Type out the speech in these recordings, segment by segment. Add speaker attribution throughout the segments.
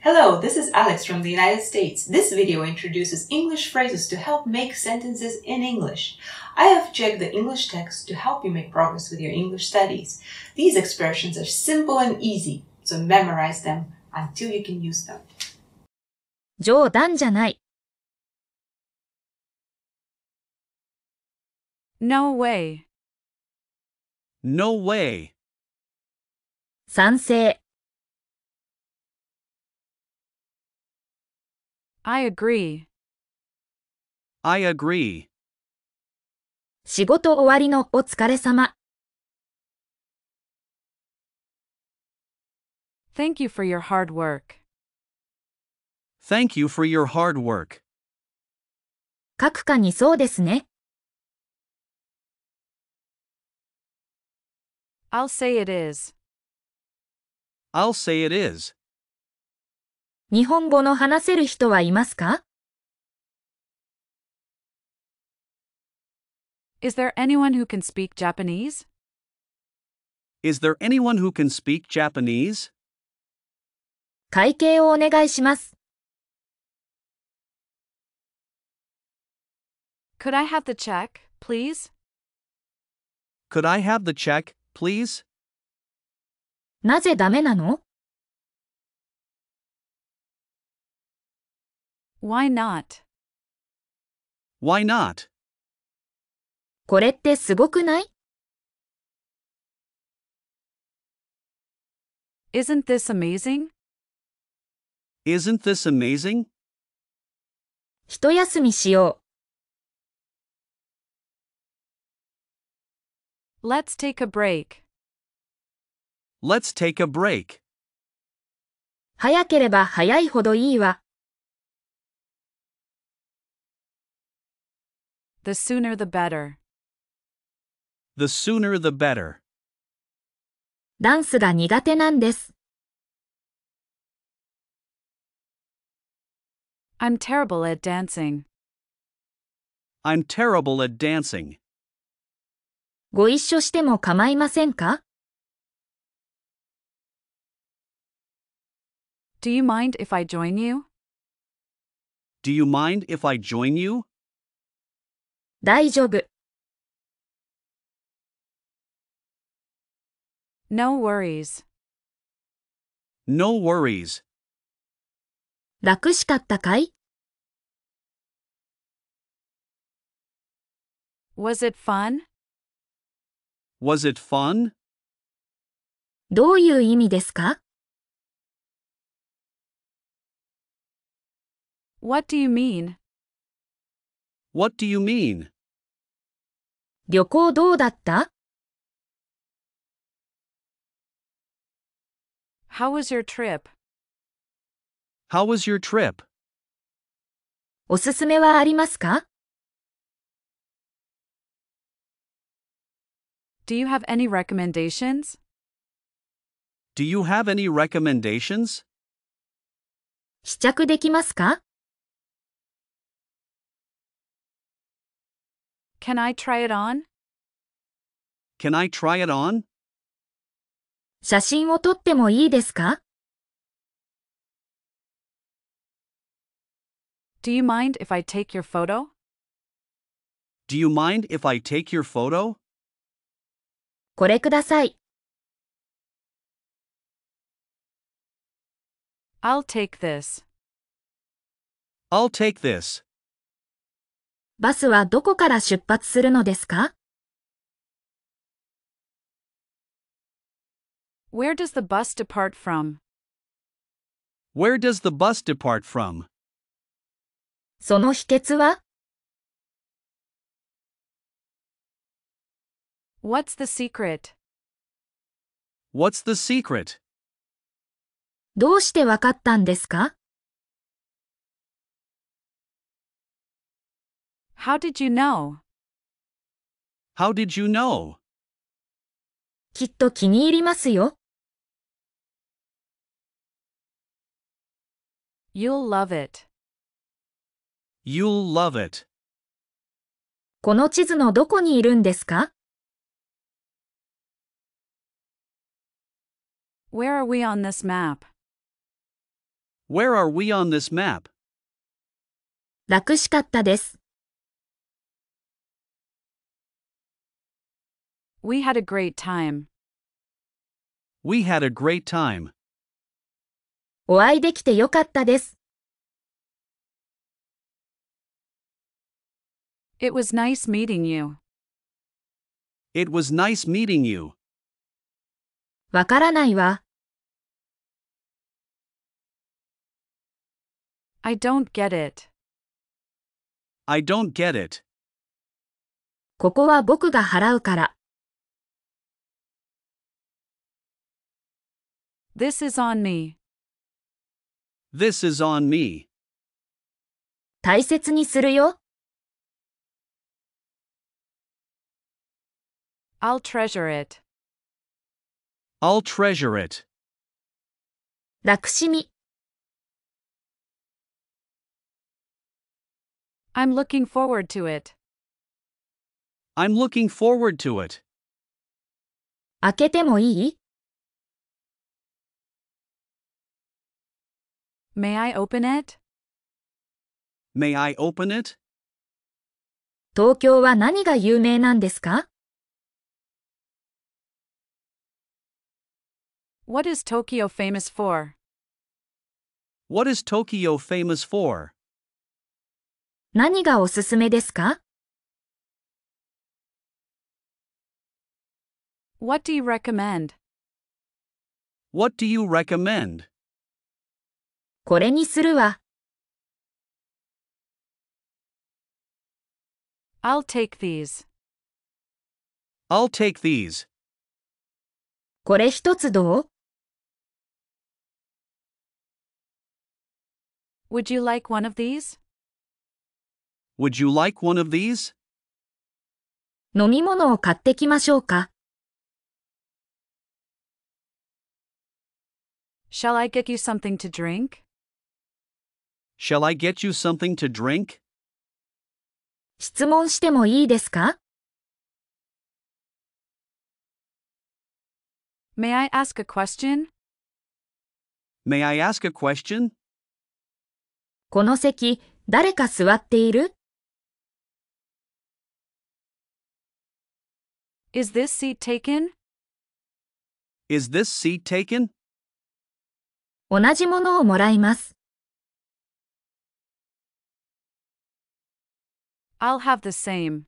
Speaker 1: Hello, this is Alex from the United States. This video introduces English phrases to help make sentences in English. I have checked the English text to help you make progress with your English studies. These expressions are simple and easy, so memorize them until you can use them.
Speaker 2: 冗談じゃない。
Speaker 3: No way.
Speaker 4: No way.
Speaker 2: 賛成。
Speaker 3: I agree.
Speaker 4: I agree.
Speaker 2: 仕事終わりのお疲れ様。
Speaker 3: Thank you for your hard work.
Speaker 4: Thank you for your hard work.
Speaker 2: 各課にそうですね。
Speaker 3: I'll say it is.
Speaker 4: I'll say it is.
Speaker 2: 日本語の話せる人はいますか
Speaker 3: Is there anyone who can speak Japanese?
Speaker 4: Is there anyone who can speak Japanese?
Speaker 2: 会計をお願いします。
Speaker 3: Could I have the check, please?
Speaker 4: Could I have the check, please?
Speaker 2: なぜダメなの
Speaker 3: Why not?
Speaker 4: Why not?
Speaker 2: これってすごくない
Speaker 3: Isn't this amazing?
Speaker 4: Isn't this amazing?
Speaker 2: 一休みしよ
Speaker 3: Let's take a break.
Speaker 4: Let's take a break.
Speaker 2: う。早ければ早いほどいいわ。
Speaker 3: The sooner the better.
Speaker 4: The sooner the better.
Speaker 2: ダンスが苦手なんです。
Speaker 3: I'm terrible at dancing.
Speaker 4: I'm terrible at dancing.
Speaker 2: ご一緒しても構いませんか
Speaker 3: Do you mind if I join you?
Speaker 4: Do you mind if I join you?
Speaker 2: 大丈夫。
Speaker 3: No worries.
Speaker 4: No worries.
Speaker 2: 楽しかったかい
Speaker 3: Was it fun?
Speaker 4: Was it fun?
Speaker 2: どういう意味ですか
Speaker 3: What do you mean?
Speaker 4: What do you mean?
Speaker 2: 旅行どうだった
Speaker 3: How was your trip?
Speaker 4: How was your trip?
Speaker 2: おすすめはありますか
Speaker 3: Do you have any recommendations?
Speaker 4: Do you have any recommendations?
Speaker 2: 試着できますか
Speaker 3: Can I try it on?
Speaker 4: Can I try it on?
Speaker 2: 写真を撮ってもいいですか
Speaker 3: Do you mind if I take your photo?
Speaker 4: Do you mind if I take your photo?
Speaker 2: これください。
Speaker 3: I'll take this.
Speaker 4: I'll take this.
Speaker 2: バスはどこから出発するのですか
Speaker 3: Where does the bus depart from?
Speaker 4: Where does the bus depart from?
Speaker 2: その秘訣は
Speaker 3: What's the secret?
Speaker 4: What's the secret?
Speaker 2: どうしてわかったんですか
Speaker 3: How did you know?
Speaker 4: How did you know?
Speaker 2: きっと気に入りますよ。
Speaker 3: You'll love it.
Speaker 4: You'll love it.
Speaker 2: この地図のどこにいるんですか
Speaker 3: Where are we on this map?
Speaker 4: Where are we on this map?
Speaker 2: 楽しかったです。
Speaker 3: We had a great time.
Speaker 4: We had a great time.
Speaker 2: お会いできてよかったです。
Speaker 3: It was nice meeting you.
Speaker 4: It was nice meeting you.
Speaker 2: わからないわ。
Speaker 3: I don't get it.
Speaker 4: I don't get it.
Speaker 2: ここは僕が払うから。
Speaker 3: This is on me.
Speaker 4: This is on me.
Speaker 2: 大切にするよ。
Speaker 3: I'll treasure it.
Speaker 4: I'll treasure it.
Speaker 2: 楽しみ。
Speaker 3: I'm looking forward to it.
Speaker 4: I'm looking forward to it.
Speaker 2: 開けてもいい
Speaker 3: May I open it?
Speaker 4: May I open it?
Speaker 2: 東京は何が有名なんですか
Speaker 3: What is Tokyo famous for?
Speaker 4: What is Tokyo famous for?
Speaker 2: 何がおすすめですか
Speaker 3: What do you recommend?
Speaker 4: What do you recommend?
Speaker 2: これにするわ。
Speaker 3: I'll take these.
Speaker 4: I'll take these.
Speaker 2: これ一つどう
Speaker 3: Would you like one of these?
Speaker 4: Would you like one of these?
Speaker 2: 飲み物を買ってきましょうか。
Speaker 3: Shall I get you something to drink?
Speaker 4: Shall I get you something to drink?
Speaker 2: 質問してもいいですか
Speaker 3: May I ask a question?
Speaker 4: May I ask a question?
Speaker 2: この席、誰か座っている
Speaker 3: Is this seat taken?
Speaker 4: Is this seat taken?
Speaker 2: 同じものをもらいます。
Speaker 3: I'll have the same.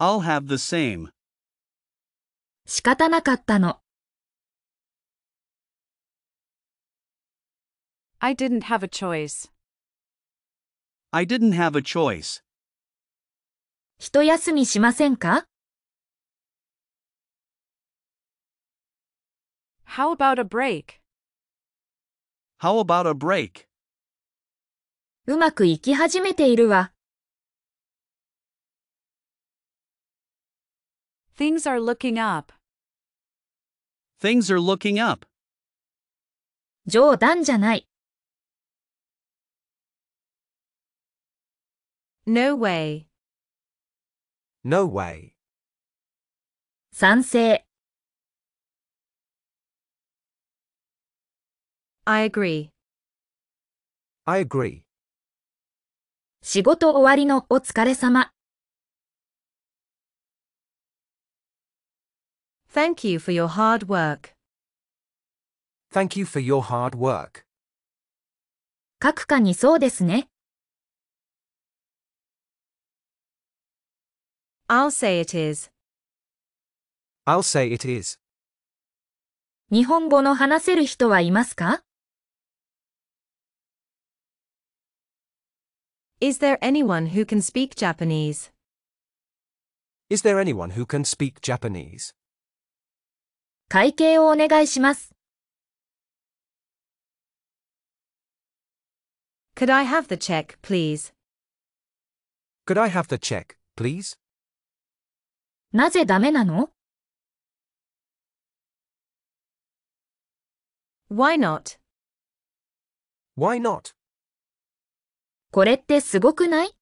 Speaker 4: I'll have the same.
Speaker 2: 仕方なかったの。
Speaker 3: I didn't have a choice.
Speaker 4: I didn't have a choice.
Speaker 2: 一休みしませんか
Speaker 3: How about a break?
Speaker 4: How about a break?
Speaker 2: うまくいき始めているわ。
Speaker 3: Things are looking up.
Speaker 4: Things are looking up.
Speaker 2: 冗談じゃない。
Speaker 3: No way.
Speaker 5: No way.
Speaker 2: 賛成。
Speaker 3: I agree.
Speaker 5: I agree.
Speaker 2: 仕事終わりのお疲れ様。
Speaker 3: Thank you for your hard work.
Speaker 5: Thank you for your hard work.
Speaker 2: 各課にそうですね。
Speaker 3: I'll say it is.
Speaker 5: I'll say it is.
Speaker 2: 日本語の話せる人はいますか
Speaker 6: Is there anyone who can speak Japanese?
Speaker 5: Is there anyone who can speak Japanese?
Speaker 2: 会計をお願いします。
Speaker 6: Could I have the check, please?
Speaker 5: Could I have the check, please?
Speaker 2: なぜダメなの
Speaker 6: Why not?
Speaker 5: Why not?
Speaker 2: これってすごくない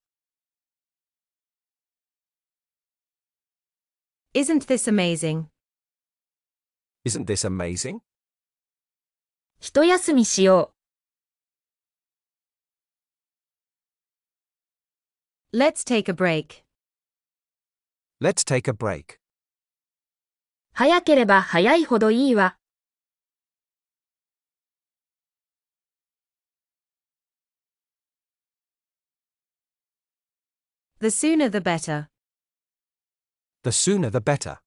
Speaker 6: Isn't this amazing?
Speaker 5: Isn't this amazing?
Speaker 2: 一休みしよう。
Speaker 6: Let's take a break.
Speaker 5: Let's take a break.
Speaker 2: 早ければ早いほどいいわ。
Speaker 6: The sooner the better.
Speaker 5: The sooner the better.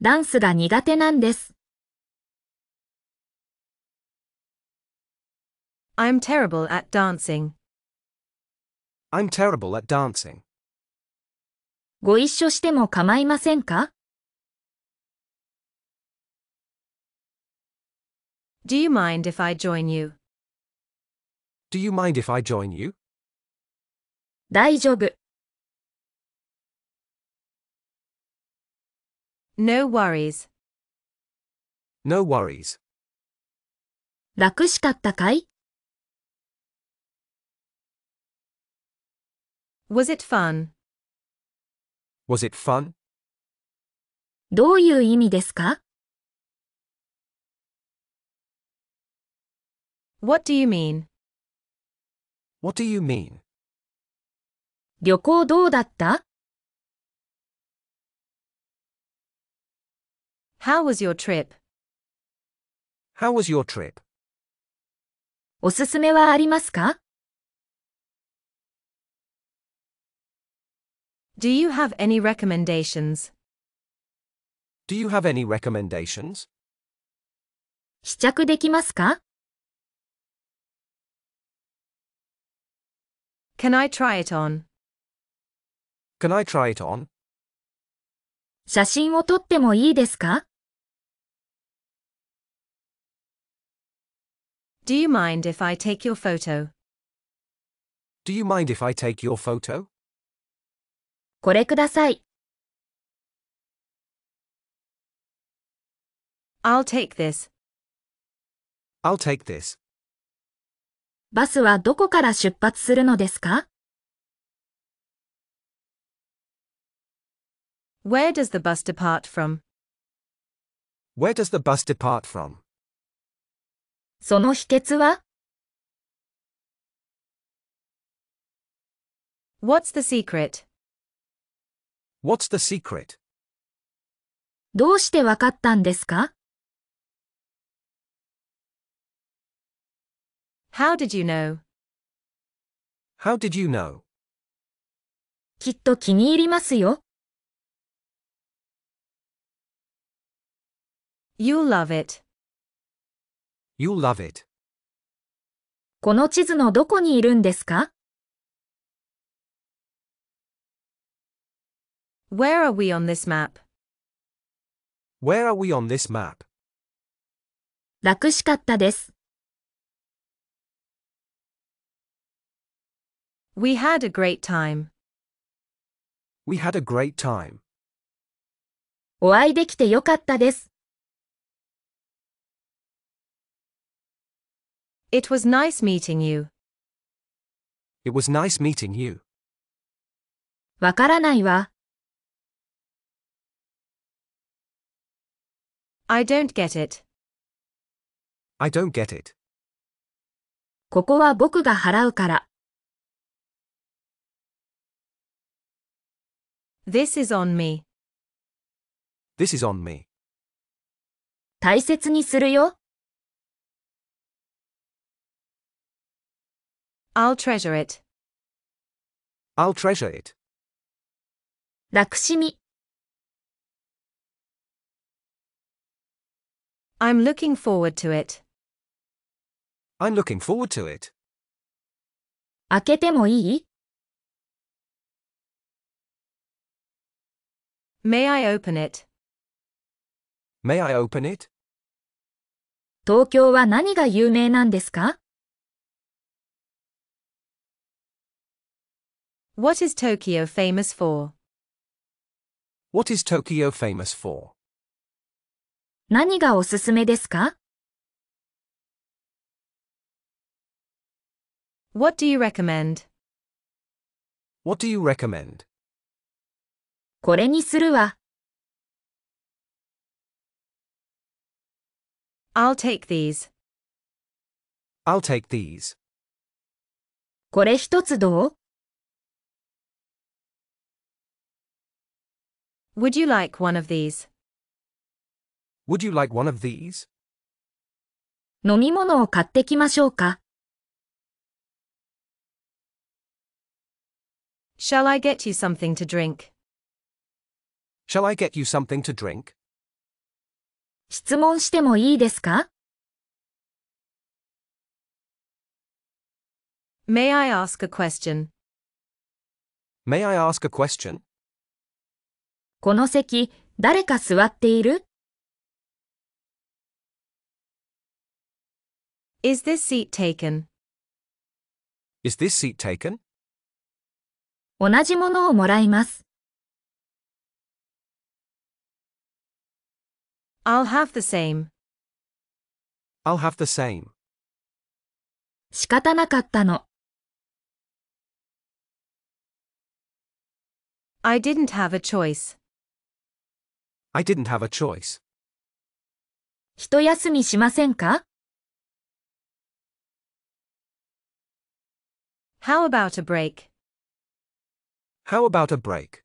Speaker 2: ダンスが苦手なんです。
Speaker 6: I'm terrible at dancing.
Speaker 5: I'm terrible at dancing.
Speaker 2: ご一緒しても構いませんか
Speaker 6: Do you mind if I join you?
Speaker 5: Do you mind if I join you?
Speaker 2: 大丈夫。
Speaker 6: No worries.
Speaker 5: No worries.
Speaker 2: 楽しかったかい
Speaker 6: Was it fun?
Speaker 5: Was it fun?
Speaker 2: どういう意味ですか
Speaker 6: What do you mean?
Speaker 5: What do you mean?
Speaker 2: 旅行どうだった
Speaker 6: How was your trip?
Speaker 5: How was your trip?
Speaker 2: おすすめはありますか
Speaker 6: Do you have any recommendations?
Speaker 5: Do you have any recommendations?
Speaker 2: 試着できますか
Speaker 6: Can I try it on?
Speaker 5: Can I try it on?
Speaker 2: 写真を撮ってもいいですか
Speaker 6: Do you mind if I take your photo?
Speaker 5: Do you mind if I take your photo?
Speaker 2: これください。
Speaker 6: I'll take this.
Speaker 5: I'll take this.
Speaker 2: バスはどこから出発するのですか
Speaker 6: Where does the bus depart from?
Speaker 5: Where does the bus depart from?
Speaker 2: その秘訣は
Speaker 6: What's the secret?
Speaker 5: What's the secret?
Speaker 2: どうしてわかったんですか
Speaker 6: How did you know?
Speaker 5: How did you know?
Speaker 2: きっと気に入りますよ。
Speaker 6: You'll love it.
Speaker 5: You'll love it.
Speaker 2: この地図のどこにいるんですか
Speaker 6: Where are we on this map?
Speaker 5: Where are we on this map?
Speaker 2: 楽しかったです。
Speaker 6: We had a great time.
Speaker 5: We had a great time.
Speaker 2: お会いできてよかったです。
Speaker 6: It was nice meeting you.
Speaker 5: It was nice meeting you.
Speaker 2: わからないわ。
Speaker 6: I don't get it.
Speaker 5: I don't get it.
Speaker 2: ここは僕が払うから。
Speaker 6: This is on me.
Speaker 5: This is on me.
Speaker 2: 大切にするよ。
Speaker 6: I'll treasure it.
Speaker 5: I'll treasure it.
Speaker 2: 楽しみ。
Speaker 6: I'm looking forward to it.
Speaker 5: I'm looking forward to it.
Speaker 2: 開けてもいい
Speaker 6: May I open it?
Speaker 5: May I open it?
Speaker 2: 東京は何が有名なんですか
Speaker 6: What is Tokyo famous for?
Speaker 5: What is Tokyo famous for?
Speaker 2: 何がおすすめですか
Speaker 6: What do you recommend?
Speaker 5: What do you recommend?
Speaker 2: これにするわ。
Speaker 6: I'll take these.
Speaker 5: I'll take these.
Speaker 2: これ一つどう
Speaker 6: Would you like one of these?
Speaker 5: Would you like one of these?
Speaker 2: 飲み物を買ってきましょうか
Speaker 6: Shall I get you something to drink?
Speaker 5: Shall I get you something to drink?
Speaker 2: 質問してもいいですか
Speaker 6: May I ask a question?
Speaker 5: May I ask a question?
Speaker 2: この席、誰か座っている
Speaker 6: Is this seat taken?
Speaker 5: Is this seat taken?
Speaker 2: 同じものをもらいます。
Speaker 6: I'll have the same.
Speaker 5: I'll have the same.
Speaker 2: 仕方なかったの。
Speaker 6: I didn't have a choice.
Speaker 5: I didn't have a choice.
Speaker 2: 一休みしませんか
Speaker 6: How about a break?
Speaker 5: How about a break?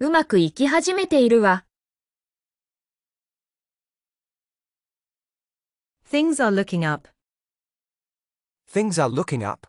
Speaker 2: うまくいき始めているわ。
Speaker 6: Things are looking up.
Speaker 5: Things are looking up.